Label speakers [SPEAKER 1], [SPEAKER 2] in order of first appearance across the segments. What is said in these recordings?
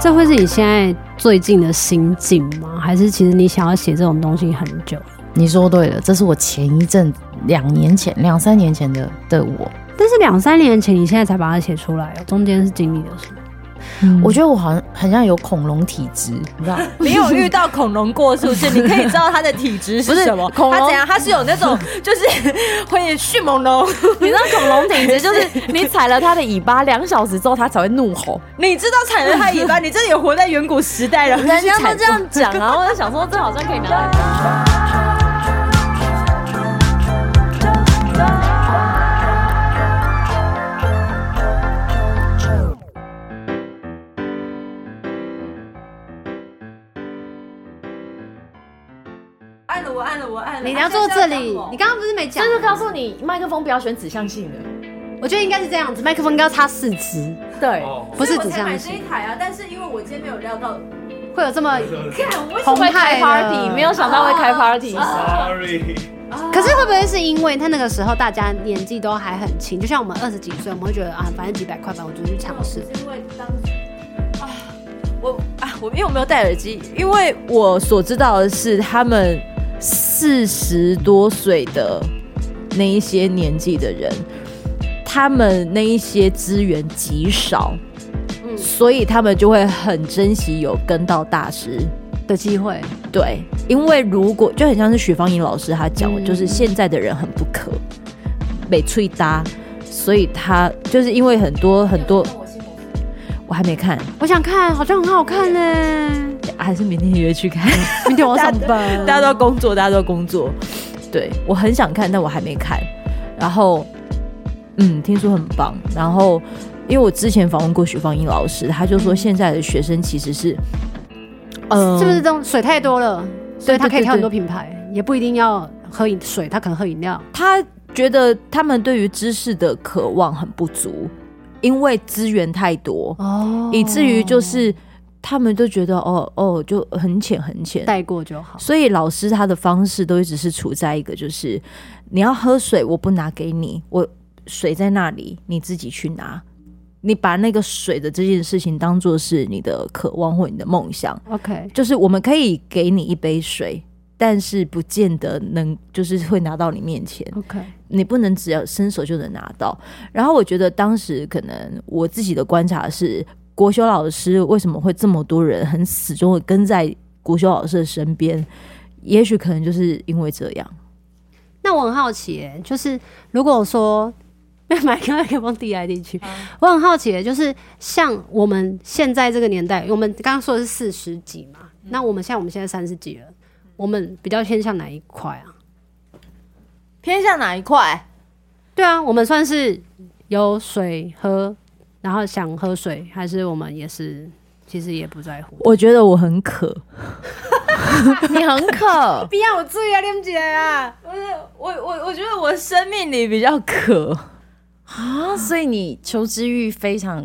[SPEAKER 1] 这会是你现在最近的心境吗？还是其实你想要写这种东西很久？
[SPEAKER 2] 你说对了，这是我前一阵两年前、两三年前的的我。
[SPEAKER 1] 但是两三年前，你现在才把它写出来哦，中间是经历了什么？
[SPEAKER 2] 我觉得我好像很像有恐龙体质，你知道？
[SPEAKER 3] 你有遇到恐龙过是不是？你可以知道它的体质是什么？
[SPEAKER 2] 不是恐龙
[SPEAKER 3] 它怎样？它是有那种就是会迅猛龙，
[SPEAKER 4] 你知道恐龙体质就是你踩了它的尾巴两小时之后，它才会怒吼。
[SPEAKER 3] 你知道踩了它尾巴，你真的也活在远古时代了。
[SPEAKER 4] 人家都这样讲，然后我就想说，这好像可以拿来讲。
[SPEAKER 3] 按了我按了我按了，
[SPEAKER 1] 你要坐这里，你刚刚不是没讲？
[SPEAKER 4] 就是告诉你，麦克风不要选指向性的。
[SPEAKER 1] 我觉得应该是这样子，麦克风应该要插四指，
[SPEAKER 4] 对，
[SPEAKER 1] 不是
[SPEAKER 3] 我
[SPEAKER 1] 指
[SPEAKER 3] 才买
[SPEAKER 1] 向性，
[SPEAKER 3] 这一台啊，但是因为我今天没有料到，
[SPEAKER 1] 会有这么。
[SPEAKER 3] 看我为什
[SPEAKER 1] 红
[SPEAKER 3] 么
[SPEAKER 4] 会
[SPEAKER 1] 太
[SPEAKER 4] 开
[SPEAKER 1] 了
[SPEAKER 3] 哎
[SPEAKER 4] party，没有想到会开 party。
[SPEAKER 3] 啊
[SPEAKER 5] Sorry，
[SPEAKER 1] 可是会不会是因为他那个时候大家年纪都还很轻，就像我们二十几岁，我们会觉得啊，反正几百块吧，我就去尝试。
[SPEAKER 3] 因为当时啊，我啊，我因为我没有戴耳机，因为我所知道的是他们四十多岁的那一些年纪的人，他们那一些资源极少。
[SPEAKER 1] 嗯
[SPEAKER 3] 所以他们就会很珍惜有跟到大师，
[SPEAKER 1] 的机会，
[SPEAKER 3] 对，因为如果就很像是许芳颖老师她讲的，
[SPEAKER 1] 嗯
[SPEAKER 3] 就是现在的人很不可被吹搭，所以他就是因为很多很多，我还没看，
[SPEAKER 1] 我想看，好像很好看呢、
[SPEAKER 3] 还是明天约去看。
[SPEAKER 1] 明天我要上班，
[SPEAKER 3] 大家都要工作，大家都要工作。对我很想看，但我还没看。然后，嗯，听说很棒。然后，因为我之前访问过许芳英老师，他就说现在的学生其实是，嗯
[SPEAKER 1] 是不是这种水太多了？所以他可以
[SPEAKER 3] 对对
[SPEAKER 1] 挑很多品牌，也不一定要喝饮水，他可能喝饮料。
[SPEAKER 3] 他觉得他们对于知识的渴望很不足，因为资源太多，
[SPEAKER 1] 哦
[SPEAKER 3] 以至于就是他们都觉得哦哦就很浅很浅。
[SPEAKER 1] 带过就好。
[SPEAKER 3] 所以老师他的方式都一直是处在一个就是你要喝水，我不拿给你，我水在那里，你自己去拿。你把那个水的这件事情当做是你的渴望或你的梦想，
[SPEAKER 1] OK，
[SPEAKER 3] 就是我们可以给你一杯水，但是不见得能就是会拿到你面前。
[SPEAKER 1] OK，
[SPEAKER 3] 你不能只要伸手就能拿到。然后我觉得当时可能我自己的观察是，国修老师为什么会这么多人很始终的跟在国修老师的身边，也许可能就是因为这样。
[SPEAKER 1] 那我很好奇、欸，就是如果说 买个麦克风递来递去，我很好奇、欸，就是像我们现在这个年代，我们刚刚说的是四十几嘛，那我们像我们现在三十几了，我们比较偏向哪一块啊？
[SPEAKER 4] 偏向哪一块？
[SPEAKER 1] 对啊，我们算是有水喝，然后想喝水，还是我们也是其实也不在乎？
[SPEAKER 3] 我觉得我很渴，，
[SPEAKER 4] 你很渴
[SPEAKER 3] 不要我注意啊，玲姐啊！不是我我我觉得我生命里比较渴，
[SPEAKER 2] 啊，所以你求知欲非常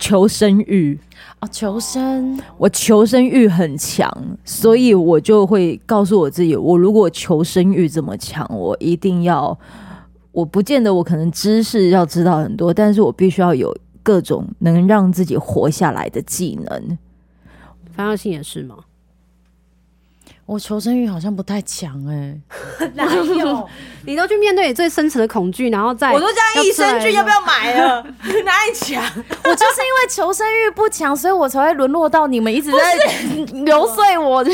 [SPEAKER 3] 求生欲，
[SPEAKER 2] 啊，求生
[SPEAKER 3] 我求生欲很强，所以我就会告诉我自己，我如果求生欲这么强，我一定要，我不见得我可能知识要知道很多，但是我必须要有各种能让自己活下来的技能。
[SPEAKER 1] 方耀信也是吗？
[SPEAKER 2] 我求生欲好像不太强哎、
[SPEAKER 4] 哪有？
[SPEAKER 1] 你都去面对你最深层的恐惧，然后再
[SPEAKER 4] 我都这样益生菌要不
[SPEAKER 1] 要
[SPEAKER 4] 要买了？哪里强？我就是因为求生欲不强，所以我才会沦落到你们一 直在游说我去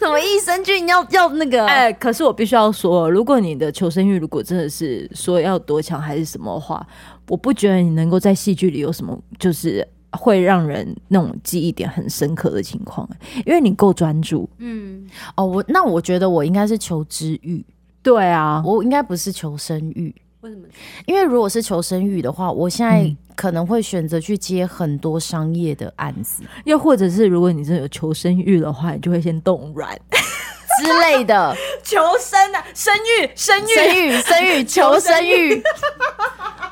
[SPEAKER 4] 什么益生菌要要那个。
[SPEAKER 3] 哎、可是我必须要说，如果你的求生欲如果真的是说要多强还是什么话，我不觉得你能够在戏剧里有什么就是会让人那种记忆点很深刻的情况，因为你够专注。
[SPEAKER 1] 嗯，
[SPEAKER 2] 哦，我那我觉得我应该是求知欲，
[SPEAKER 3] 对啊，
[SPEAKER 2] 我应该不是求生欲，
[SPEAKER 1] 为什么？
[SPEAKER 2] 因为如果是求生欲的话，我现在
[SPEAKER 3] 嗯
[SPEAKER 2] 可能会选择去接很多商业的案子
[SPEAKER 3] 又或者是，如果你真的有求生欲的话，你就会先冻 卵。
[SPEAKER 2] 之类 的，
[SPEAKER 4] 求生啊，生育，生育，
[SPEAKER 2] 生育、生育、求生欲。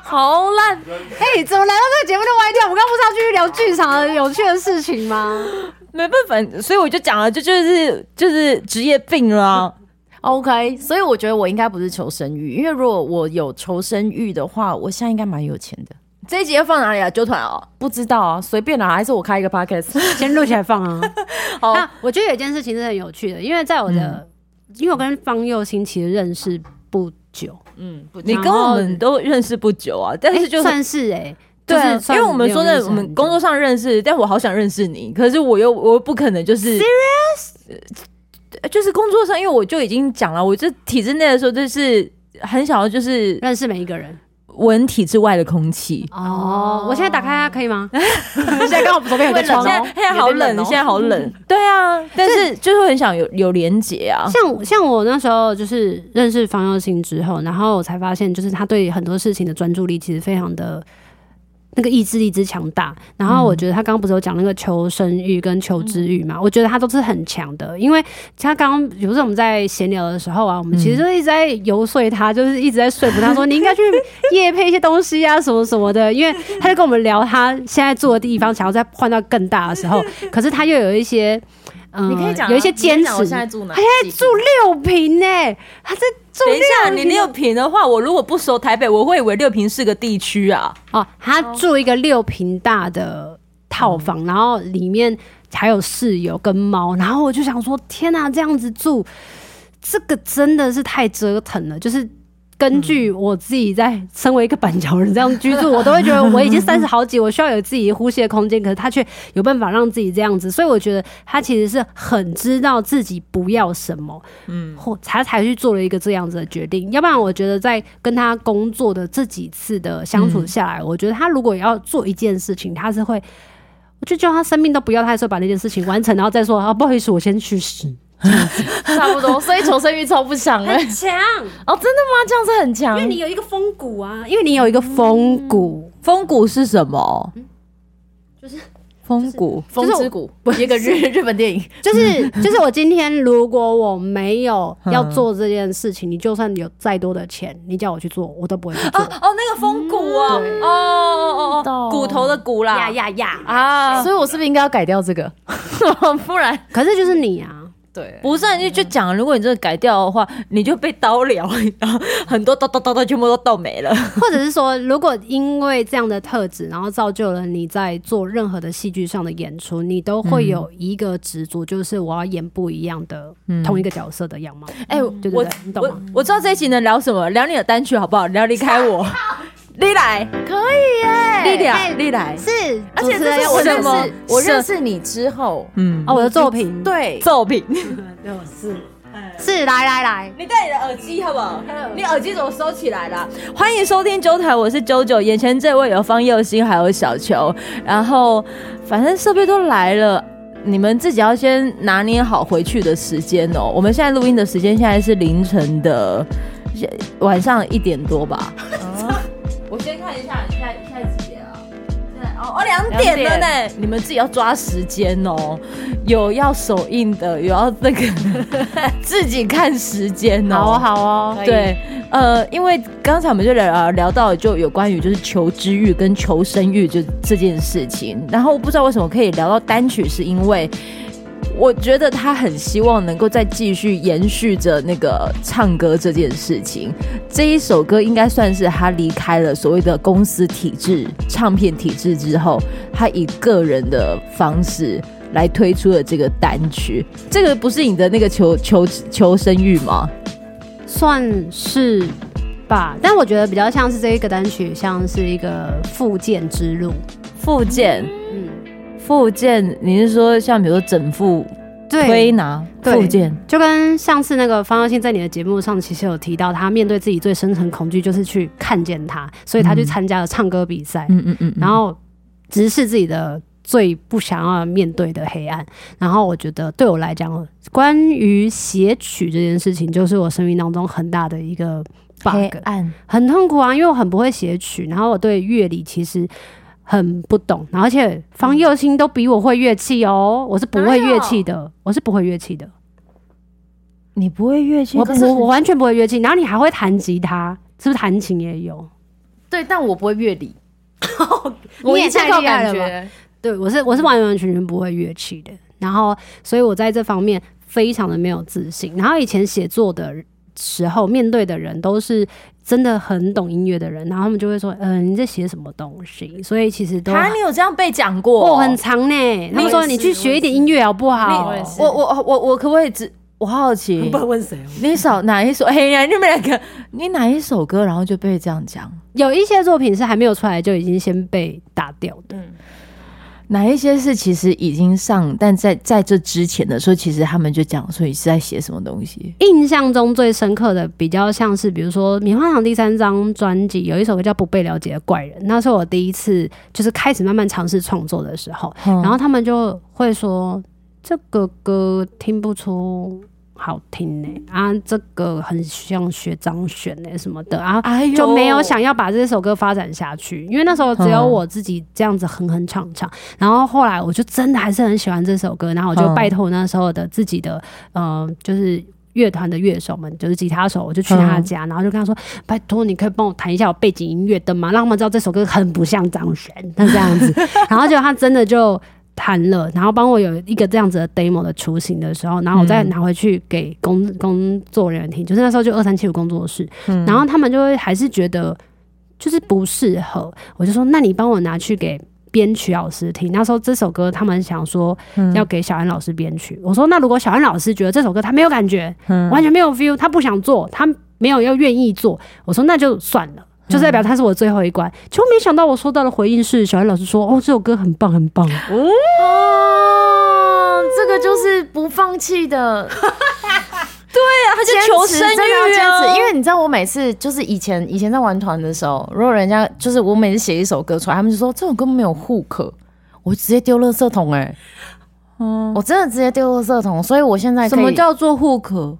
[SPEAKER 4] 好烂。
[SPEAKER 1] 哎、怎么来到这个节目就歪掉？我们刚不是要继续聊剧场的有趣的事情 吗？
[SPEAKER 3] 没办法，所以我就讲了，这就是就是职业病啦、
[SPEAKER 2] OK，所以我觉得我应该不是求生欲，因为如果我有求生欲的话，我现在应该蛮有钱的。
[SPEAKER 3] 这一集要放哪里啊？九团哦，
[SPEAKER 2] 不知道啊，随便啊，还是我开一个 podcast。
[SPEAKER 1] 先录起来放啊。
[SPEAKER 3] 好
[SPEAKER 1] 那我觉得有一件事情是很有趣的，因为在我的，
[SPEAKER 4] 嗯
[SPEAKER 1] 因为我跟方佑兴其实认识不久，
[SPEAKER 3] 嗯，你跟我们都认识不久啊，但
[SPEAKER 1] 哎
[SPEAKER 3] 是就是、
[SPEAKER 1] 算是哎、就
[SPEAKER 3] 对
[SPEAKER 1] 是
[SPEAKER 3] 啊，因
[SPEAKER 1] 算
[SPEAKER 3] 为我们
[SPEAKER 1] 没有
[SPEAKER 3] 说的
[SPEAKER 1] 认识
[SPEAKER 3] 我们
[SPEAKER 1] 很久
[SPEAKER 3] 工作上认识，但我好想认识你，可是我又我又不可能就是 serious，就是工作上，因为我就已经讲了，我这体制内的时候就是很想要就是
[SPEAKER 1] 认识每一个人。
[SPEAKER 3] 闻体制外的空气。
[SPEAKER 1] 哦，我现在打开它可以吗？现在刚好左边有 个
[SPEAKER 4] 会冷
[SPEAKER 1] 窗
[SPEAKER 3] 现
[SPEAKER 1] 哦。
[SPEAKER 3] 在现在好冷，
[SPEAKER 4] 有点冷哦
[SPEAKER 3] 现在好冷。对啊，但是就是很想有有连结啊。
[SPEAKER 1] 像像我那时候就是认识方佑兴之后，然后我才发现，就是他对很多事情的专注力其实非常的那个意志力之强大。然后
[SPEAKER 4] 嗯
[SPEAKER 1] 我觉得他刚刚不是有讲那个求生欲跟求知欲嘛，我觉得他都是很强的，因为他刚刚比如说我们在闲聊的时候啊，我们其实
[SPEAKER 4] 嗯
[SPEAKER 1] 就一直在游说他，就是一直在说服他说你应该去夜配一些东西啊什么什么的，因为他就跟我们聊他现在住的地方想要再换到更大的时候，可是他又有一些。嗯，
[SPEAKER 4] 你可以讲啊，
[SPEAKER 1] 有一些
[SPEAKER 4] 你可以
[SPEAKER 1] 坚持
[SPEAKER 4] 讲。我现在住哪？
[SPEAKER 2] 哎
[SPEAKER 1] 他现在住 六平呢、他在住
[SPEAKER 3] 等一下，
[SPEAKER 1] 六
[SPEAKER 3] 你
[SPEAKER 1] 平
[SPEAKER 3] 六平的话，我如果不熟台北，我会以为六平是个地区啊。
[SPEAKER 1] 哦，他住一个六平大的套房，然后里面还有室友跟猫，然后我就想说，天哪、这样子住，这个真的是太折腾了，就是。根据我自己在身为一个板桥人这样居住，我都会觉得我已经三十好几，我需要有自己呼吸的空间。可是他却有办法让自己这样子，所以我觉得他其实是很知道自己不要什么，嗯，或他才去做了一个这样子的决定。要不然，我觉得在跟他工作的这几次的相
[SPEAKER 4] 嗯
[SPEAKER 1] 处下来，我觉得他如果要做一件事情，他是会，我就叫他生命都不要，他还是会把那件事情完成，然后再说啊，不好意思，我先去死。
[SPEAKER 4] 差不多，所以求生欲超不强
[SPEAKER 2] 欸
[SPEAKER 4] 哎、
[SPEAKER 1] 强，
[SPEAKER 4] 哦，真的吗？这样是很强，
[SPEAKER 1] 因为你有一个风骨啊，因为你有一个风
[SPEAKER 4] 嗯
[SPEAKER 1] 骨，
[SPEAKER 3] 风谷是什么？
[SPEAKER 1] 就是
[SPEAKER 3] 风谷。
[SPEAKER 4] 风之谷，一 个日日本电影，
[SPEAKER 1] 就是就是我今天如果我没有
[SPEAKER 4] 嗯
[SPEAKER 1] 要做这件事情，你就算有再多的钱，你叫我去做，我都不会去 做。
[SPEAKER 3] 哦，那个风骨哦，哦哦哦哦，
[SPEAKER 4] 懂
[SPEAKER 3] 骨头的骨啦
[SPEAKER 1] 呀呀呀！
[SPEAKER 3] 啊，
[SPEAKER 4] 所以我是不是应该要改掉这个？不然
[SPEAKER 1] 可是就是你啊，
[SPEAKER 4] 对，
[SPEAKER 3] 不是啊你就讲，如果你真的改掉的话，你就被刀疗，然后很多刀刀刀刀全部都刀没了。
[SPEAKER 1] 或者是说，如果因为这样的特质，然后造就了你在做任何的戏剧上的演出，你都会有一个执着，就是我要演不一样的同一个角色的样貌。
[SPEAKER 3] 哎，我
[SPEAKER 1] 对对对，你懂
[SPEAKER 3] 我
[SPEAKER 1] 吗？
[SPEAKER 3] 我知道这一集能聊什么，聊你的单曲好不好？聊离开 我，你来，
[SPEAKER 4] 可以耶、
[SPEAKER 3] 你聊，你来，
[SPEAKER 1] 是，
[SPEAKER 4] 而且
[SPEAKER 1] 主持
[SPEAKER 4] 这
[SPEAKER 1] 人
[SPEAKER 4] 是
[SPEAKER 1] 要
[SPEAKER 4] 我
[SPEAKER 1] 问
[SPEAKER 4] 认
[SPEAKER 3] 什么
[SPEAKER 4] 识我
[SPEAKER 3] 是
[SPEAKER 4] 认识你之后，
[SPEAKER 3] 嗯，
[SPEAKER 1] 哦，我的作品，
[SPEAKER 4] 对，
[SPEAKER 3] 作品。
[SPEAKER 1] 对，是是，来来来，
[SPEAKER 3] 你戴你的耳机好不好？你耳机怎么收起来了？欢迎收听九台，我是九九。眼前这位有方佑兴，还有小球。然后，反正设备都来了，你们自己要先拿捏好回去的时间哦。我们现在录音的时间现在是凌晨的晚上一点多吧？我先看一下，现在现在几点啊？现在哦，哦两点了
[SPEAKER 4] 两
[SPEAKER 3] 呢，你们自己要抓时间哦。有要首映的，有要那个 自己看时间哦。
[SPEAKER 1] 好哦好哦，
[SPEAKER 3] 对，呃，因为刚才我们就聊聊到就有关于就是求知欲跟求生欲就这件事情，然后不知道为什么可以聊到单曲，是因为我觉得他很希望能够再继续延续着那个唱歌这件事情。这一首歌应该算是他离开了所谓的公司体制、唱片体制之后，他以个人的方式。来推出的这个单曲，这个不是你的那个求求求生欲吗？
[SPEAKER 1] 算是吧，但我觉得比较像是这一个单曲，像是一个复健之路。
[SPEAKER 3] 附件，
[SPEAKER 1] 嗯，
[SPEAKER 3] 附件，你是说像比如说整副推
[SPEAKER 1] 对，
[SPEAKER 3] 拿
[SPEAKER 1] 对
[SPEAKER 3] 附件？
[SPEAKER 1] 就跟上次那个方耀信在你的节目上其实有提到，他面对自己最深层恐惧就是去看见他，所以他去参加了唱歌比赛，
[SPEAKER 3] 嗯嗯嗯，
[SPEAKER 1] 然后直视自己的最不想要面对的黑暗。然后我觉得对我来讲，关于写曲这件事情，就是我生命当中很大的一个 bug。
[SPEAKER 3] 暗，
[SPEAKER 1] 很痛苦啊，因为我很不会写曲，然后我对乐理其实很不懂，然后而且方佑兴都比我会乐器哦，我是不会乐器的，我是不会乐器的，
[SPEAKER 3] 你不会乐器，
[SPEAKER 1] 我
[SPEAKER 3] 可是
[SPEAKER 1] 我我完全不会乐器。然后你还会弹吉他，是不是弹琴也有？
[SPEAKER 4] 对，但我不会 乐理，
[SPEAKER 1] 你也
[SPEAKER 4] 一切
[SPEAKER 1] 太
[SPEAKER 4] 靠
[SPEAKER 1] 厉害
[SPEAKER 4] 感
[SPEAKER 1] 了吧
[SPEAKER 4] 觉，
[SPEAKER 1] 对，我是我是完完全全不会乐器的，然后所以我在这方面非常的没有自信。然后以前写作的时候，面对的人都是真的很懂音乐的人，然后他们就会说，嗯、你在写什么东西？所以其实都
[SPEAKER 3] 啊，你有这样被讲过？
[SPEAKER 1] 哦很长呢。他们说你去学一点音乐好不好？
[SPEAKER 3] 我我我我可不可以只？我 好奇，
[SPEAKER 6] 问
[SPEAKER 1] 啊
[SPEAKER 6] 谁？
[SPEAKER 3] 你首哪一首？ 哎呀，你们两个，你哪一首歌，然后就被这样讲？
[SPEAKER 1] 有一些作品是还没有出来就已经先被打掉的。
[SPEAKER 3] 哪一些是其实已经上，但在在这之前的时候，其实他们就讲说你是在写什么东西？
[SPEAKER 1] 印象中最深刻的比较像是，比如说棉花糖第三张专辑有一首歌叫《不被了解的怪人》，那是我第一次就是开始慢慢尝试创作的时候，
[SPEAKER 3] 嗯
[SPEAKER 1] 然后他们就会说这个歌听不出好听呢、啊，这个很像学张悬呢什么的啊。
[SPEAKER 3] 哎呦
[SPEAKER 1] 就没有想要把这首歌发展下去，因为那时候只有我自己这样子哼哼唱唱。然后后来我就真的还是很喜欢这首歌，然后我就
[SPEAKER 3] 嗯
[SPEAKER 1] 拜托那时候的自己的呃，就是乐团的乐手们，就是吉他手，我就去他家，然后就跟他说：“拜托，你可以帮我弹一下我背景音乐的吗？让他们知道这首歌很不像张悬，那这样子。”然后结果他真的就。弹了，然后帮我有一个这样子的 demo 的雏形的时候，然后我再拿回去给工工作人员听，就是那时候就二三七五工作室，然后他们就会还是觉得就是不适合，我就说那你帮我拿去给编曲老师听。那时候这首歌他们想说要给小安老师编曲，我说那如果小安老师觉得这首歌他没有感觉，完全没有 feel，他不想做，他没有要愿意做，我说那就算了。就代表他是我最后一关，结果没想到我收到的回应是小安老师说：“哦，这首歌很棒，很棒。
[SPEAKER 2] 哦，这个就是不放弃的，
[SPEAKER 3] 哎他就
[SPEAKER 2] 坚
[SPEAKER 3] 求
[SPEAKER 2] 持
[SPEAKER 3] 生
[SPEAKER 2] 真的要
[SPEAKER 3] 欲
[SPEAKER 2] 坚
[SPEAKER 3] 啊！
[SPEAKER 2] 持，因为你知道，我每次就是以前以前在玩团的时候，如果人家就是我每次写一首歌出来，他们就说这首歌没有 hook，我直接丢垃圾桶哎、嗯，我真的直接丢垃圾桶，所以我现在可
[SPEAKER 3] 啊什
[SPEAKER 2] 以
[SPEAKER 3] 么叫做 hook？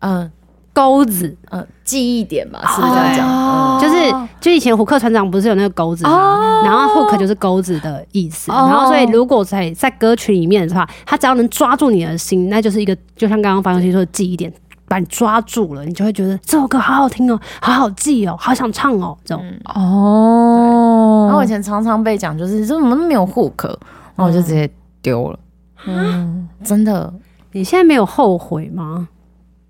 [SPEAKER 2] 嗯”
[SPEAKER 1] 钩子
[SPEAKER 2] 嗯记忆点
[SPEAKER 3] 哦
[SPEAKER 2] 吧？是不是这样讲？嗯
[SPEAKER 1] 就是，就以前虎克船长不是有那个钩子吗？然后 hook 就是钩子的意思。然后所以如果在在歌曲里面的话，他只要能抓住你的心，那就是一个就像刚刚方永熙说的记忆点，把你抓住了，你就会觉得这首歌好好听哦，好好记哦，好想唱哦，这种。
[SPEAKER 3] 哦
[SPEAKER 2] 然后我以前常常被讲就是这怎么没有 hook，然后我就直接丢了，嗯，真的。
[SPEAKER 1] 你现在没有后悔吗？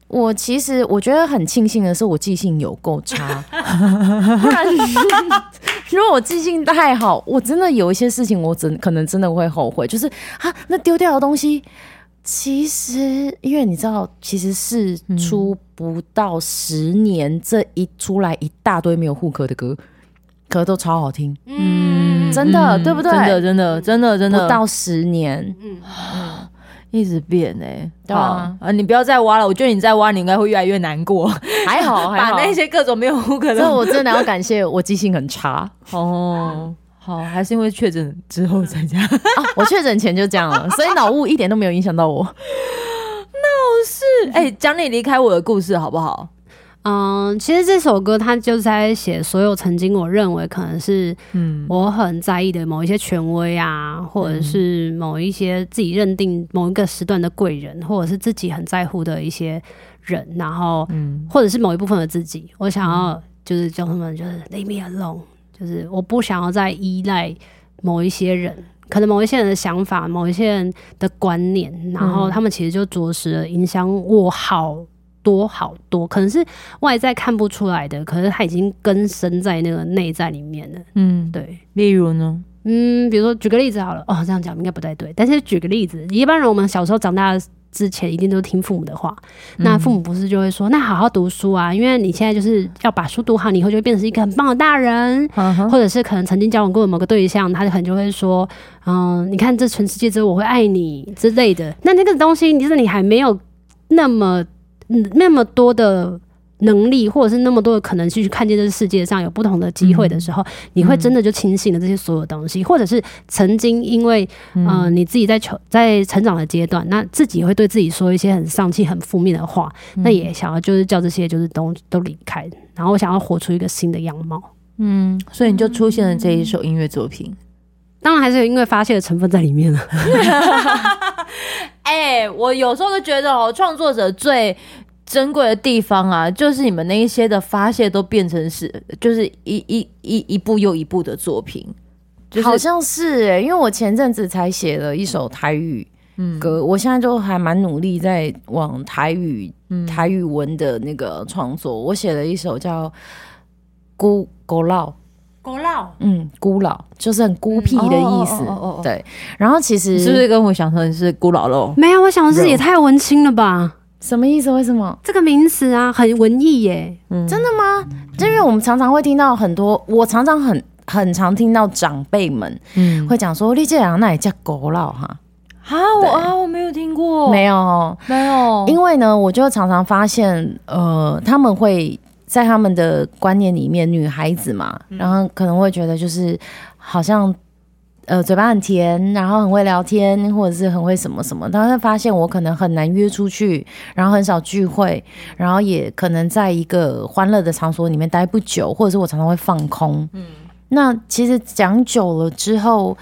[SPEAKER 2] 我其实我觉得很庆幸的是，我记性有够差， 不然 如果我记性太好，我真的有一些事情我真可能真的会后悔，就是啊，那丢掉的东西，其实因为你知道，其实是出不到十年，这一出来一大堆没有户口的歌，可是都超好听，
[SPEAKER 1] 嗯，
[SPEAKER 2] 真的、对不对？
[SPEAKER 3] 真的，真的，真的，真
[SPEAKER 2] 不
[SPEAKER 3] 的，
[SPEAKER 2] 到十年，
[SPEAKER 3] 一直变哎、
[SPEAKER 2] 对啊
[SPEAKER 3] 好，啊，你不要再挖了，我觉得你再挖，你应该会越来越难 过，
[SPEAKER 2] 还 好还
[SPEAKER 3] 把
[SPEAKER 2] 好。
[SPEAKER 3] 那些各种没有 hook
[SPEAKER 2] 所以
[SPEAKER 3] 的
[SPEAKER 2] 我真的要感谢我记性很差。
[SPEAKER 3] 哦。好，还是因为确诊之后才这样，
[SPEAKER 2] 啊，我确诊前就这样了，所以脑雾一点都没有影响到我。
[SPEAKER 3] 哎、讲你离开我的故事好不好？
[SPEAKER 1] 嗯，其实这首歌它就是在写所有曾经我认为可能是
[SPEAKER 3] 嗯，
[SPEAKER 1] 我很在意的某一些权威啊，或者是某一些自己认定某一个时段的贵人，或者是自己很在乎的一些人，然后，或者是某一部分的自己，我想要就是叫他们就是 leave me alone，就是我不想要再依赖某一些人。可能某一些人的想法，某一些人的观念，然后他们其实就着实地影响我好多好多，可能是外在看不出来的，可是他已经根深在那个内在里面了。
[SPEAKER 3] 嗯，
[SPEAKER 1] 对，
[SPEAKER 3] 例如呢？
[SPEAKER 1] 嗯，比如说举个例子好了，哦，这样讲应该不太对，但是举个例子，一般人我们小时候长大之前一定都听父母的话，那父母不是就会说，那好好读书啊，因为你现在就是要把书读好，你以后就会变成一个很棒的大人。
[SPEAKER 3] 嗯
[SPEAKER 1] 或者是可能曾经交往过的某个对象，他可能就会说，嗯，你看这全世界只有我会爱你之类的。那那个东西，你是你还没有那么嗯那么多的能力，或者是那么多的可能性去看见这世界上有不同的机会的时候，你会真的就清醒了这些所有东西，或者是曾经因为呃你自己在求在成长的阶段，那自己也会对自己说一些很丧气、很负面的话，那也想要就是叫这些就是都都离开，然后我想要活出一个新的样貌。
[SPEAKER 3] 嗯，所以你就出现了这一首音乐作品。
[SPEAKER 1] 当然还是有因为发泄的成分在里面了。啊
[SPEAKER 3] 哎、我有时候都觉得哦，创作者最珍贵的地方啊，就是你们那一些的发泄都变成是，就是一一一一部又一部的作品，就是
[SPEAKER 2] 好像是哎、因为我前阵子才写了一首台语歌，我现在就还蛮努力在嗯往台语、台语文的那个创作。我写了一首叫《孤狗老，
[SPEAKER 1] 狗老
[SPEAKER 2] 嗯，孤老就是很孤僻的意思。
[SPEAKER 3] 嗯哦哦哦哦哦
[SPEAKER 2] 对，然后其实
[SPEAKER 3] 是不是跟我想成是孤老肉？
[SPEAKER 1] 没有，我想的是也太文青了吧？
[SPEAKER 2] 什么意思？为什么？
[SPEAKER 1] 这个名词啊，很文艺耶。
[SPEAKER 2] 真的吗？就因为我们常常会听到很多，我常常很很常听到长辈们
[SPEAKER 3] 嗯，
[SPEAKER 2] 会讲说，丽姐啊，那也叫狗老哈？
[SPEAKER 3] 啊，我啊，我没有听过，
[SPEAKER 2] 没有哦，
[SPEAKER 3] 没有，
[SPEAKER 2] 因为呢，我就常常发现，呃，他们会在他们的观念里面，女孩子嘛，然后可能会觉得就是好像。呃，嘴巴很甜，然后很会聊天，或者是很会什么什么，但是发现我可能很难约出去，然后很少聚会，然后也可能在一个欢乐的场所里面待不久，或者是我常常会放空。嗯，那其实讲久了之后，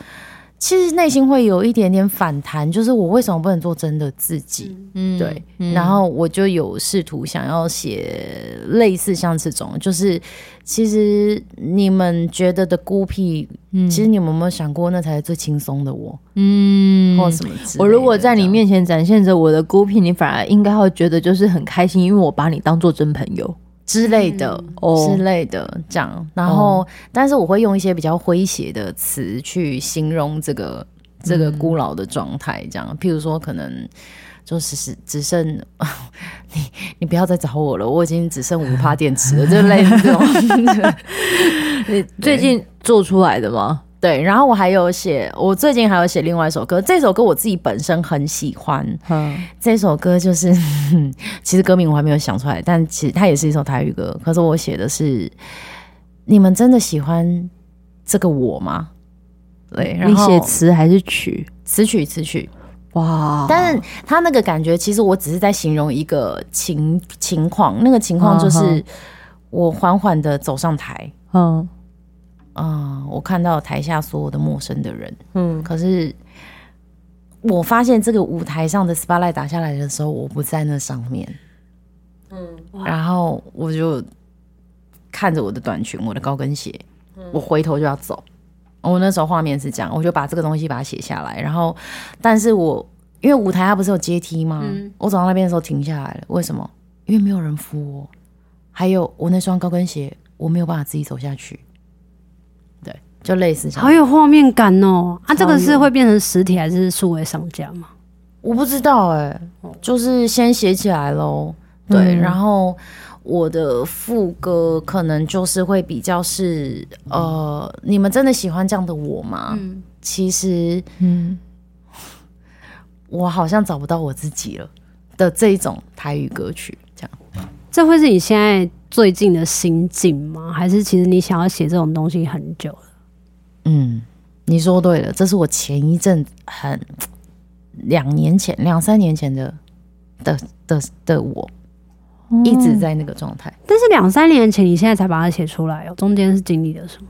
[SPEAKER 2] 其实内心会有一点点反弹，就是我为什么不能做真的自己？
[SPEAKER 3] 嗯
[SPEAKER 2] 对，然后我就有试图想要写类似像这种，就是其实你们觉得的孤僻，其实你们有没有想过，那才是最轻松的我，
[SPEAKER 3] 嗯
[SPEAKER 2] 或什么之类的
[SPEAKER 3] 我如果在你面前展现着我的孤僻，你反而应该会觉得就是很开心，因为我把你当做真朋友
[SPEAKER 2] 之类的。
[SPEAKER 3] 哦
[SPEAKER 2] 之。类的，这样，然后，但是我会用一些比较诙谐的词去形容这个这个孤老的状态，这样，譬如说，可能就是是只剩 你，你不要再找我了，我已经只剩五趴电池了，就类似这种。
[SPEAKER 3] 你最近做出来的吗？
[SPEAKER 2] 对，然后我还有写，我最近还有写另外一首歌，这首歌我自己本身很喜欢。
[SPEAKER 3] 嗯，
[SPEAKER 2] 这首歌就是， 其实歌名我还没有想出来，但其实它也是一首台语歌。可是我写的是，你们真的喜欢这个我吗？对，然
[SPEAKER 3] 你
[SPEAKER 2] 后
[SPEAKER 3] 写词哦还是曲？
[SPEAKER 2] 词曲词曲，
[SPEAKER 3] 哇，
[SPEAKER 2] 但是他那个感觉，其实我只是在形容一个情情况，那个情况就
[SPEAKER 3] 嗯
[SPEAKER 2] 是我缓缓的走上台，
[SPEAKER 3] 嗯
[SPEAKER 2] 啊、我看到台下所有的陌生的人。
[SPEAKER 3] 嗯
[SPEAKER 2] 可是我发现这个舞台上的 spotlight 打下来的时候，我不在那上面，嗯，然后我就看着我的短裙、我的高跟鞋，我回头就要走。我那时候画面是这样，我就把这个东西把它写下来，然后，但是我因为舞台它不是有阶梯吗？
[SPEAKER 1] 嗯
[SPEAKER 2] 我走到那边的时候停下来了，为什么？因为没有人扶我，还有我那双高跟鞋，我没有办法自己走下去。对，就类似这样
[SPEAKER 1] 好。有画面感哦！啊，这个
[SPEAKER 2] 超
[SPEAKER 1] 是
[SPEAKER 2] 有
[SPEAKER 1] 会变成实体还是数位上架吗？
[SPEAKER 2] 我不知道哎、就是先写起来喽。对，然后我的副歌可能就是会比较是呃，你们真的喜欢这样的我吗？
[SPEAKER 1] 嗯
[SPEAKER 2] 其实
[SPEAKER 3] 嗯，
[SPEAKER 2] 我好像找不到我自己了的这一种台语歌曲，这样。
[SPEAKER 1] 这会是你现在最近的心境吗？还是其实你想要写这种东西很久了？
[SPEAKER 2] 嗯，你说对了，这是我前一阵很两年前、两三年前的的的的我，一直在那个状态。
[SPEAKER 1] 但是两三年前，你现在才把它写出来哦，中间是经历了什么？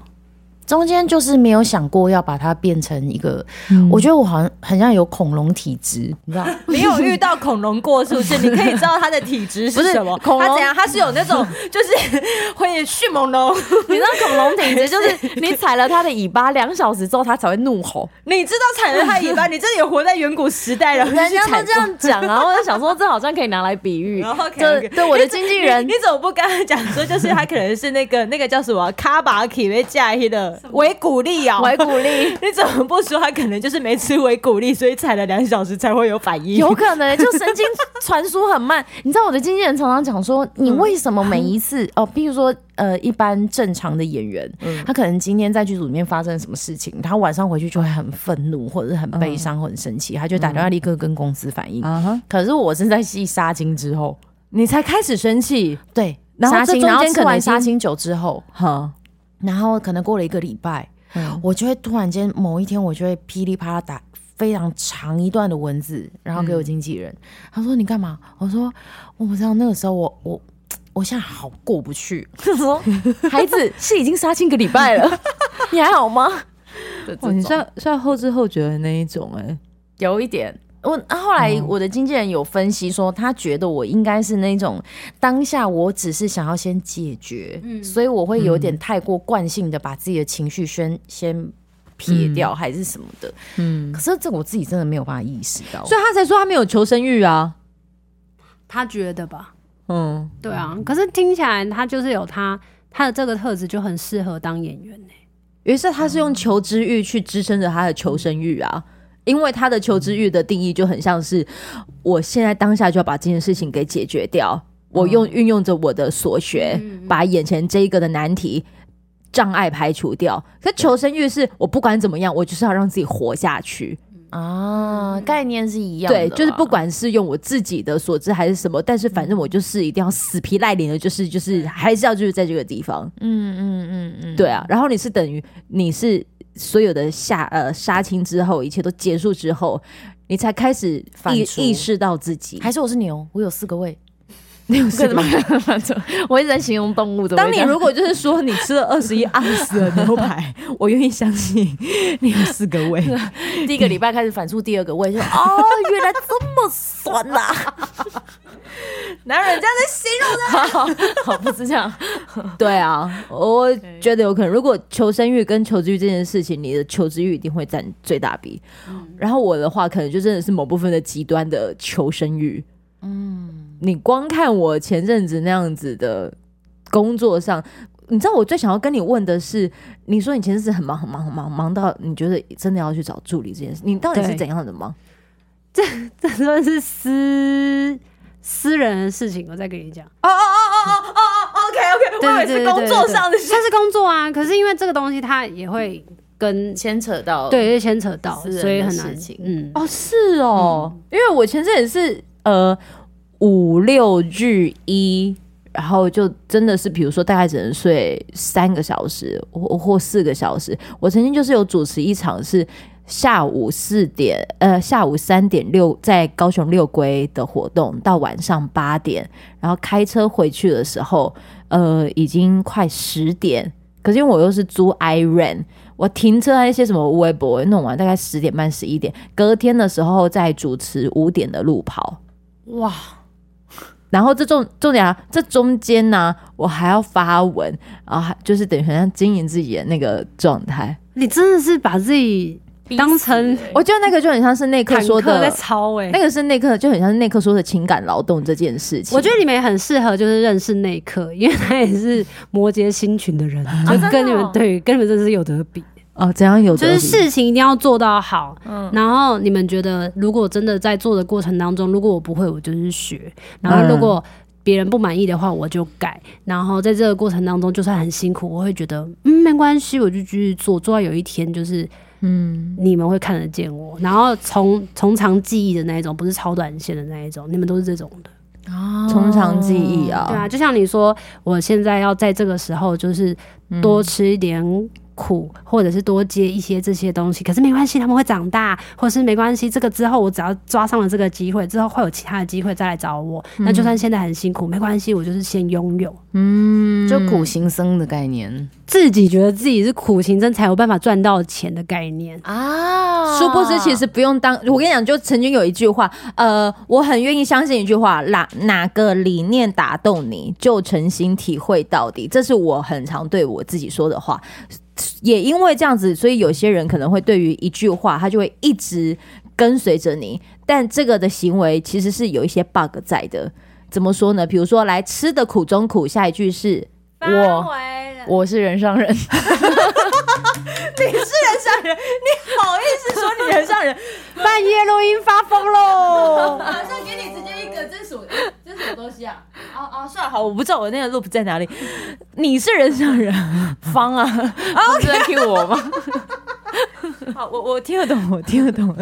[SPEAKER 2] 中间就是没有想过要把它变成一个，
[SPEAKER 3] 嗯
[SPEAKER 2] 我觉得我好像很像有恐龙体质，你知 道？
[SPEAKER 3] 没有遇到恐龙过，是不是？你可以知道它的体质
[SPEAKER 2] 不是
[SPEAKER 3] 什么？
[SPEAKER 2] 恐龙
[SPEAKER 3] 它怎样？它是有那 种就是会迅猛龙，
[SPEAKER 2] 你知道恐龙体质 就是你踩了它的尾巴两小时之后，它才会怒吼。
[SPEAKER 3] 你知道踩了它尾巴，你真的有活在远古时代了。
[SPEAKER 2] 人家都
[SPEAKER 3] 踩哦
[SPEAKER 2] 这样讲啊，然后我就想说这好像可以拿来比 喻
[SPEAKER 3] OK，OK。
[SPEAKER 2] 对对，我的经纪人
[SPEAKER 3] 你怎么不跟他讲说，就是他可能是那个 那个叫什么卡巴基被嫁黑的维骨力啊、
[SPEAKER 2] 维骨力。
[SPEAKER 3] 你怎么不说他可能就是没吃维骨力，所以踩了两小时才会有反应？
[SPEAKER 2] 有可能就神经传输很慢， 你知道我的经纪人常常讲说，你为什么每一次、
[SPEAKER 3] 嗯
[SPEAKER 2] 哦，比如说呃，一般正常的演员，他可能今天在剧组里面发生什么事情，他晚上回去就会很愤怒，或者是很悲伤，或者很生
[SPEAKER 3] 嗯
[SPEAKER 2] 气，他就打电话立刻跟公司反映。
[SPEAKER 3] 啊哈，
[SPEAKER 2] 可是我是在戏杀青之后，
[SPEAKER 3] 你才开始生 气，
[SPEAKER 2] 对，
[SPEAKER 3] 然后
[SPEAKER 2] 杀
[SPEAKER 3] 这
[SPEAKER 2] 青，
[SPEAKER 3] 中
[SPEAKER 2] 然后
[SPEAKER 3] 间
[SPEAKER 2] 吃
[SPEAKER 3] 可能已
[SPEAKER 2] 完
[SPEAKER 3] 经
[SPEAKER 2] 杀青酒之后，
[SPEAKER 3] 哈，
[SPEAKER 2] 然后可能过了一个礼拜，
[SPEAKER 3] 嗯
[SPEAKER 2] 我就会突然间某一天，我就会噼里啪啦打非常长一段的文字，然后给我经纪人，他说你干嘛？我说我不知道，那个时候我我。我现在好过不去， 他说孩子是已经杀青一个礼拜 了，你还好吗？的这
[SPEAKER 3] 哦哇，你
[SPEAKER 2] 种
[SPEAKER 3] 算算后知后觉的那一种哎、
[SPEAKER 2] 有一点。我啊后来我的经纪人有分析说，他觉得我应该是那种当下我只是想要先解决，所以我会有点太过惯性的把自己的情绪先先撇掉还是什么的。
[SPEAKER 3] 嗯，
[SPEAKER 2] 可是这个我自己真的没有办法意识到。
[SPEAKER 3] 所以他才说他没有求生欲啊，
[SPEAKER 1] 他觉得吧，
[SPEAKER 3] 嗯，
[SPEAKER 1] 对啊。可是听起来他就是有他他的这个特质就很适合当演员、欸、
[SPEAKER 3] 于是他是
[SPEAKER 2] 哦
[SPEAKER 3] 用求知欲去支撑着他的求生欲啊，因为他的求知欲的定义就很像是我现在当下就要把这件事情给解决掉，我
[SPEAKER 2] 哦
[SPEAKER 3] 用运用着我的所学，
[SPEAKER 2] 嗯
[SPEAKER 1] 嗯
[SPEAKER 3] 把眼前这一个的难题。障碍排除掉，可求生欲是我不管怎么样，我就是要让自己活下去。
[SPEAKER 2] 啊，概念是一样的啦，
[SPEAKER 3] 对，就是不管是用我自己的所知还是什么，但是反
[SPEAKER 2] 嗯
[SPEAKER 3] 正我就是一定要死皮赖脸的，就是就是还是要就是在这个地方。
[SPEAKER 2] 嗯嗯嗯嗯，
[SPEAKER 3] 对啊，然后你是等于你是所有的下呃杀青之后，一切都结束之后，你才开始
[SPEAKER 2] 反
[SPEAKER 3] 意
[SPEAKER 2] 刍
[SPEAKER 3] 意识到自己。
[SPEAKER 2] 还是我是牛，我有四个 胃，
[SPEAKER 3] 有
[SPEAKER 2] 为什么？ 我一直在形容动物的味道。
[SPEAKER 3] 当你如果就是说你吃了二十一盎司的牛排， 我愿意相信你有四个 胃。
[SPEAKER 2] 第一个礼拜开始反出第二个胃，就哦，原来这么酸呐、
[SPEAKER 3] 啊 男人这样在形容
[SPEAKER 2] 好，好不是这 样，
[SPEAKER 3] 对啊，我觉得有可能。如果求生欲跟求知欲这件事情，你的求知欲一定会占最大比。然后我的话，可能就真的是某部分的极端的求生欲。嗯，你光看我前阵子那样子的工作上，你知道我最想要跟你问的是，你说你前阵子很忙很忙很忙，忙到你觉得真的要去找助理这件事，你到底是
[SPEAKER 1] 对
[SPEAKER 3] 怎样的忙？
[SPEAKER 1] 这算是私私人的事情，我再跟你讲。
[SPEAKER 3] 哦哦哦哦哦哦，OK
[SPEAKER 1] 对对对对对对
[SPEAKER 3] 的
[SPEAKER 1] 它是工作啊，可是因为这个东西它也会跟
[SPEAKER 2] 牵扯到
[SPEAKER 1] 对会牵扯到，
[SPEAKER 2] 私人的
[SPEAKER 1] 所以很难
[SPEAKER 2] 事情
[SPEAKER 1] 嗯，
[SPEAKER 3] 哦，是哦，因为我前阵也是呃五六日一，然后就真的是比如说大概只能睡三个小时或或四个小时。我曾经就是有主持一场是下午四点呃下午三点六在高雄六龟的活动到晚上八点，然后开车回去的时候，呃已经快十点。可是因为我又是租 iRent，我停车啊一些什么微博弄完，大概十点半十一点，隔天的时候再主持五点的路跑。
[SPEAKER 2] 哇，
[SPEAKER 3] 然后这重重点啊，这中间呢、我还要发文啊，还就是等于很像经营自己的那个状态。
[SPEAKER 1] 你真的是把自己当成
[SPEAKER 3] 我觉得那个就很像是那刻
[SPEAKER 1] 坦
[SPEAKER 3] 说
[SPEAKER 1] 克在
[SPEAKER 3] 的，
[SPEAKER 1] 操哎、
[SPEAKER 3] 那个是那刻就很像是那刻说的情感劳动这件事情。
[SPEAKER 1] 我觉得你们也很适合，就是认识内克，因为他也是摩羯星群的人，就跟你们、对，跟你们真的是有得比。
[SPEAKER 3] 哦，怎样有
[SPEAKER 1] 就
[SPEAKER 3] 得
[SPEAKER 1] 是
[SPEAKER 3] 比
[SPEAKER 1] 事情一定要做到好，然后你们觉得如果真的在做的过程当中，如果我不会，我就是学，然后如果别人不满意的话，我就改，然后在这个过程当中，就算很辛苦，我会觉得嗯没关系，我就继续做，做到有一天就是嗯你们会看得见我，然后从从长计议的那一种，不是超短线的那一种，你们都是这种的。
[SPEAKER 3] 从长计议
[SPEAKER 1] 对
[SPEAKER 3] 啊，
[SPEAKER 1] 啊，就像你说，我现在要在这个时候就是多吃一点苦，或者是多接一些这些东西。可是没关系，他们会长大，或是没关系，这个之后我只要抓上了这个机会，之后会有其他的机会再来找我。那就算现在很辛苦，没关系，我就是先拥有。
[SPEAKER 2] 就苦行僧的概念
[SPEAKER 1] 自己觉得自己是苦行僧才有办法赚到钱的概念，
[SPEAKER 2] 啊
[SPEAKER 3] 殊不知，其实不用当。我跟你讲，就曾经有一句话，呃，我很愿意相信一句话：哪哪个理念打动你，就诚心体会到底。这是我很常对我自己说的话。也因为这样子，所以有些人可能会对于一句话，他就会一直跟随着你。但这个的行为其实是有一些 bug 在的。怎么说呢？比如说，来吃的苦中苦，下一句是
[SPEAKER 2] 我我是人上人，
[SPEAKER 3] 好意思说你人 上人，
[SPEAKER 1] 半夜录音发疯喽！
[SPEAKER 3] 马上给你直接一个，这是什么？这是什么东西啊？哦哦，算了，好，我不知道我那个 loop 在哪里。你是人上人，
[SPEAKER 2] 方啊，不是在 Q 我吗？
[SPEAKER 3] 好，我我听得懂，我听得懂。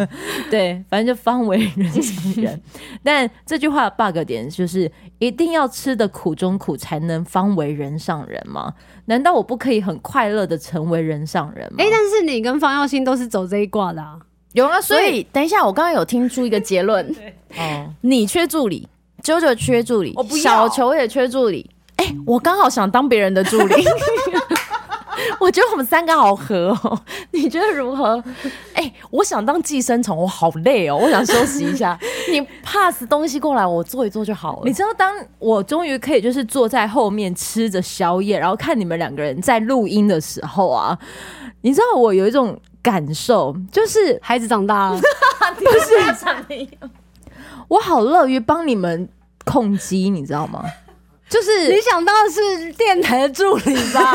[SPEAKER 3] 对，反正就方为人上 人。但这句话的 bug 点就是，一定要吃的苦中苦，才能方为人上人吗？难道我不可以很快乐的成为人上人吗？
[SPEAKER 1] 哎、但是你跟方耀新都是走这一卦的、啊，
[SPEAKER 2] 有啊，所以等一下，我刚刚有听出一个结论，
[SPEAKER 3] 哦，
[SPEAKER 2] 你缺助理，啾啾缺助理
[SPEAKER 4] 哦
[SPEAKER 3] 我不，要
[SPEAKER 2] 小球也缺助理，哎、我刚好想当别人的助 理。我觉得我们三个好合哦，你觉得如何？哎、我想当寄生虫，我好累哦，我想休息一 下。你 pass 东西过来，我做一做就好了
[SPEAKER 3] 你。知道，当我终于可以就是坐在后面吃着宵夜，然后看你们两个人在录音的时候啊，你知道我有一种感受，就是
[SPEAKER 1] 孩子长大了，
[SPEAKER 3] 我好乐于帮你们控机，你知道吗？就 是
[SPEAKER 1] 你想到的是电台的助理吧？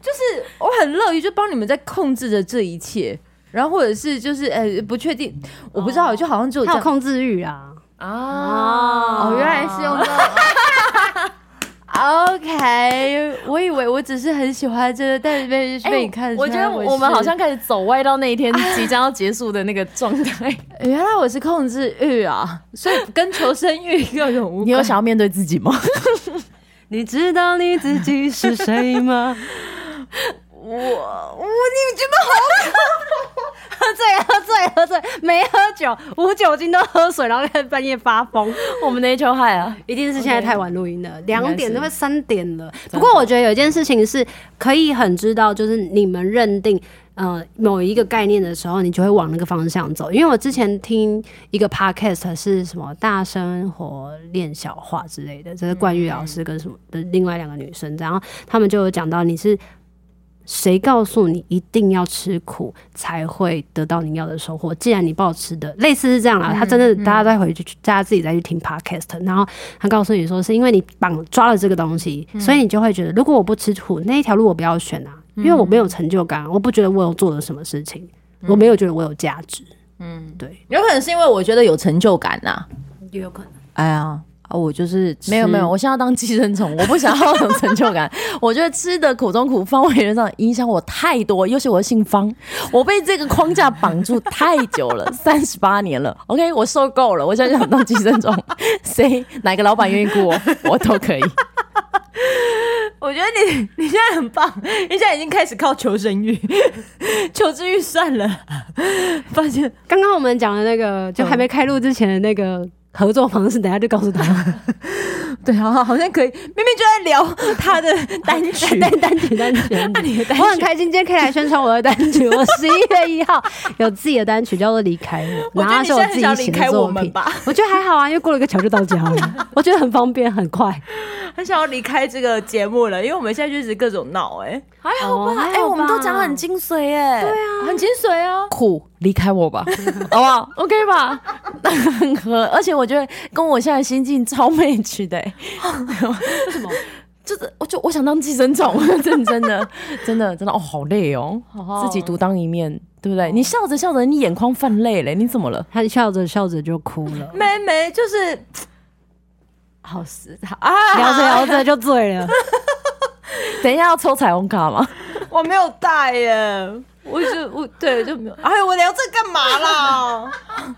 [SPEAKER 3] 就是 我很乐于就帮你们在控制着这一切，然后或者是就是呃不确定，我不知道，就好像只有这
[SPEAKER 1] 还有
[SPEAKER 3] 样。
[SPEAKER 1] 控制欲啊！
[SPEAKER 3] 哦，原来是用这个。OK，我以为我只是很喜欢这个，但是被
[SPEAKER 4] 哎
[SPEAKER 3] 被你看出
[SPEAKER 4] 我
[SPEAKER 3] 来
[SPEAKER 4] 觉得
[SPEAKER 3] 是
[SPEAKER 4] 我们好像开始走歪到那一天即将要结束的那个状 态。
[SPEAKER 3] 原来我是控制欲啊，所以跟求生欲各种无
[SPEAKER 4] 你有
[SPEAKER 3] 关。
[SPEAKER 4] 想要面对自己吗？
[SPEAKER 1] 你知道你自己是谁吗？我我你觉得好 喝醉喝醉喝醉，没喝酒，无酒精都喝水，然后在半夜发疯，
[SPEAKER 4] 我们的 H 害啊，
[SPEAKER 1] 一定是现在太晚录音了，两点
[SPEAKER 4] 应该是
[SPEAKER 1] 都快三点了。不过我觉得有一件事情是可以很知道，就是你们认定。呃，某一个概念的时候，你就会往那个方向走。因为我之前听一个 podcast 是什么“大生活练小话”之类的，这是冠玉老师跟什么的另外两个女生，然后他们就有讲到你是谁告诉你一定要吃苦才会得到你要的收获？既然你抱持的类似是这样啦，他真的大家再回去，大家自己再去听 podcast，然后他告诉你说，是因为你绑抓了这个东西，所以你就会觉得，如果我不吃苦，那一条路我不要选啊，因为我没有成就感，我不觉得我有做了什么事情，我没有觉得我有价值，
[SPEAKER 3] 有可能是因为我觉得有成就感啊呐、
[SPEAKER 1] 也有可能。
[SPEAKER 3] 哎呀，啊，我就是
[SPEAKER 4] 没有没有，我现在要当寄生虫，我不想要有成就感。 我觉得吃的苦中苦，方为人上，影响我太多。尤其我姓方，我被这个框架绑住太久了， 三十八年了。OK，我受够了，我现在想当寄生虫，谁哪个老板愿意雇我，我都可以。
[SPEAKER 3] 我觉得你你现在很棒，你现在已经开始靠求生欲， 求知欲算了，发现
[SPEAKER 1] 刚刚我们讲的那个，就还没开录之前的那个合作方式，等一下就告诉他。
[SPEAKER 3] 对啊，好像可以，明明就在聊他 的单曲，
[SPEAKER 1] 单单曲单曲，
[SPEAKER 3] 那你的单
[SPEAKER 1] 我很开心今天可以来宣传我的单曲。我十一月一号有自己的单曲叫做《离开我》，
[SPEAKER 3] 我觉
[SPEAKER 1] 然后是
[SPEAKER 3] 得你现
[SPEAKER 1] 我
[SPEAKER 3] 在
[SPEAKER 1] 自
[SPEAKER 3] 很
[SPEAKER 1] 己
[SPEAKER 3] 想
[SPEAKER 1] 写
[SPEAKER 3] 离
[SPEAKER 1] 的
[SPEAKER 3] 开我
[SPEAKER 1] 作
[SPEAKER 3] 们
[SPEAKER 1] 品。
[SPEAKER 3] 吧，
[SPEAKER 1] 我觉得还好啊，因为过了一个桥就到家了，我觉得很方便很快。
[SPEAKER 3] 很想要离开这个节目了，因为我们现在就是各种闹、哎，
[SPEAKER 4] 还好
[SPEAKER 1] 哦
[SPEAKER 4] 吧？哎、我们都讲得很精髓哎、对啊，
[SPEAKER 3] 很精髓啊。
[SPEAKER 4] 苦离开我吧，好不好？OK 吧？ 那很合，而且我觉得跟我现在心境超 match 的、欸。为什
[SPEAKER 1] 么？
[SPEAKER 4] 就是我就我想当寄生虫， 真真的真的真的哦，好累哦，自己独当一面，对不对？你笑着笑着，你眼眶泛泪嘞，你怎么了？
[SPEAKER 1] 他笑着笑着就哭了，
[SPEAKER 3] 妹妹就是好死他啊！
[SPEAKER 1] 聊着聊着就醉了。
[SPEAKER 4] 等一下要抽彩虹卡吗？
[SPEAKER 3] 我没有带耶，我就我对就没有。哎，我聊这干嘛啦？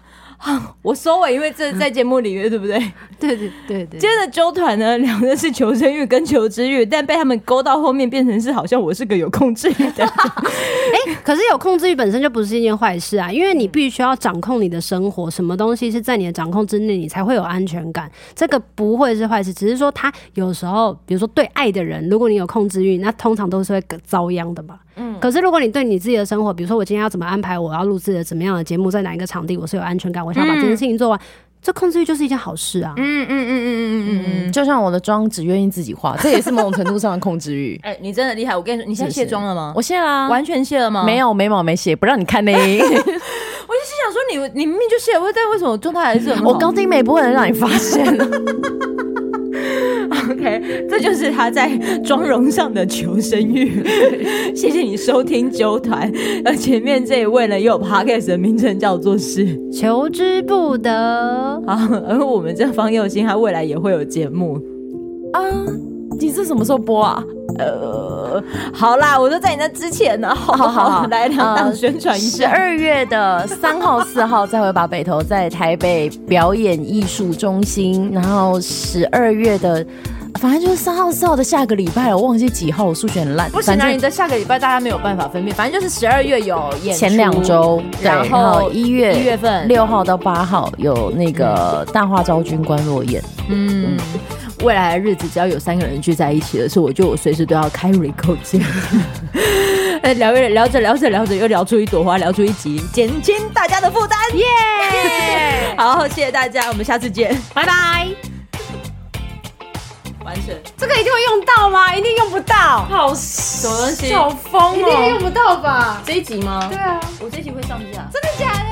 [SPEAKER 3] 我收尾，因为这在节目里面，对不对？
[SPEAKER 1] 对对对对
[SPEAKER 3] 今，天的纠团呢， 聊的是求生欲跟求知欲，但被他们勾到后面，变成是好像我是个有控制欲的人。
[SPEAKER 1] 哎、可是有控制欲本身就不是一件坏事啊，因为你必须要掌控你的生活，什么东西是在你的掌控之内，你才会有安全感。这个不会是坏事，只是说他有时候，比如说对爱的人，如果你有控制欲，那通常都是会遭殃的嘛。嗯。可是如果你对你自己的生活，比如说我今天要怎么安排，我要录制的怎么样的节目，在哪一个场地，我是有安全感，我想要把这件事情做完，这控制欲就是一件好事啊。
[SPEAKER 3] 嗯嗯嗯嗯嗯嗯。。
[SPEAKER 4] 就像我的妆只愿意自己 化，这也是某种程度上的控制欲
[SPEAKER 3] 哎，你真的厉害！我跟你说，你现在
[SPEAKER 4] 是不是
[SPEAKER 3] 卸妆了吗？
[SPEAKER 4] 我卸啦、
[SPEAKER 3] 完全卸了吗？
[SPEAKER 4] 没。有眉毛没卸，不让你看呢。
[SPEAKER 3] 我就是想说你，你明明就卸了，但为什么状态还是很好
[SPEAKER 4] 我高低眉不会让你发现。
[SPEAKER 3] OK，这就是他在妆容上的求生欲。 谢谢你收听九团，而前面这一位呢，也有 podcast 的名称叫做是
[SPEAKER 1] 求之不得。
[SPEAKER 3] 啊，而我们这方佑兴他未来也会有节目。
[SPEAKER 4] 啊，你是什么时候播啊？
[SPEAKER 3] 呃，好啦，我都在你那之前呢，好不
[SPEAKER 4] 好好好
[SPEAKER 3] 来两档
[SPEAKER 4] 呃
[SPEAKER 3] 宣传一
[SPEAKER 4] 十
[SPEAKER 3] 下。
[SPEAKER 4] 二月的三号、四号，再会吧北投在台北表演艺术中心，然后十二月的，反正就是三号、四号的下个礼拜了，我忘记几号，我数学很烂，
[SPEAKER 3] 不行
[SPEAKER 4] 反
[SPEAKER 3] 啊，
[SPEAKER 4] 正
[SPEAKER 3] 你的下个礼拜大家没有办法分辨，反正就是十二月有演出
[SPEAKER 4] 前两，周，对
[SPEAKER 3] 然后
[SPEAKER 4] 一月嗯
[SPEAKER 3] 一月份
[SPEAKER 4] 六号到八号有那个大话昭君关若燕，
[SPEAKER 3] 嗯。未来的日子，只要有三个人聚在一起的时候，我就我随时都要开 r e c o 键。 哎，聊着聊着聊着聊着，又聊出一朵花，聊出一集，减轻大家的负担，耶、好，谢谢大家，我们下次见，
[SPEAKER 1] 拜拜，
[SPEAKER 3] 完成。
[SPEAKER 1] 这个一定会用到吗？一定用不到，
[SPEAKER 4] 好什
[SPEAKER 3] 么东西
[SPEAKER 4] 疯
[SPEAKER 1] 一定用不到吧？
[SPEAKER 3] 这一集吗？
[SPEAKER 1] 对啊，
[SPEAKER 3] 我这一集会上架。
[SPEAKER 1] 真的假的？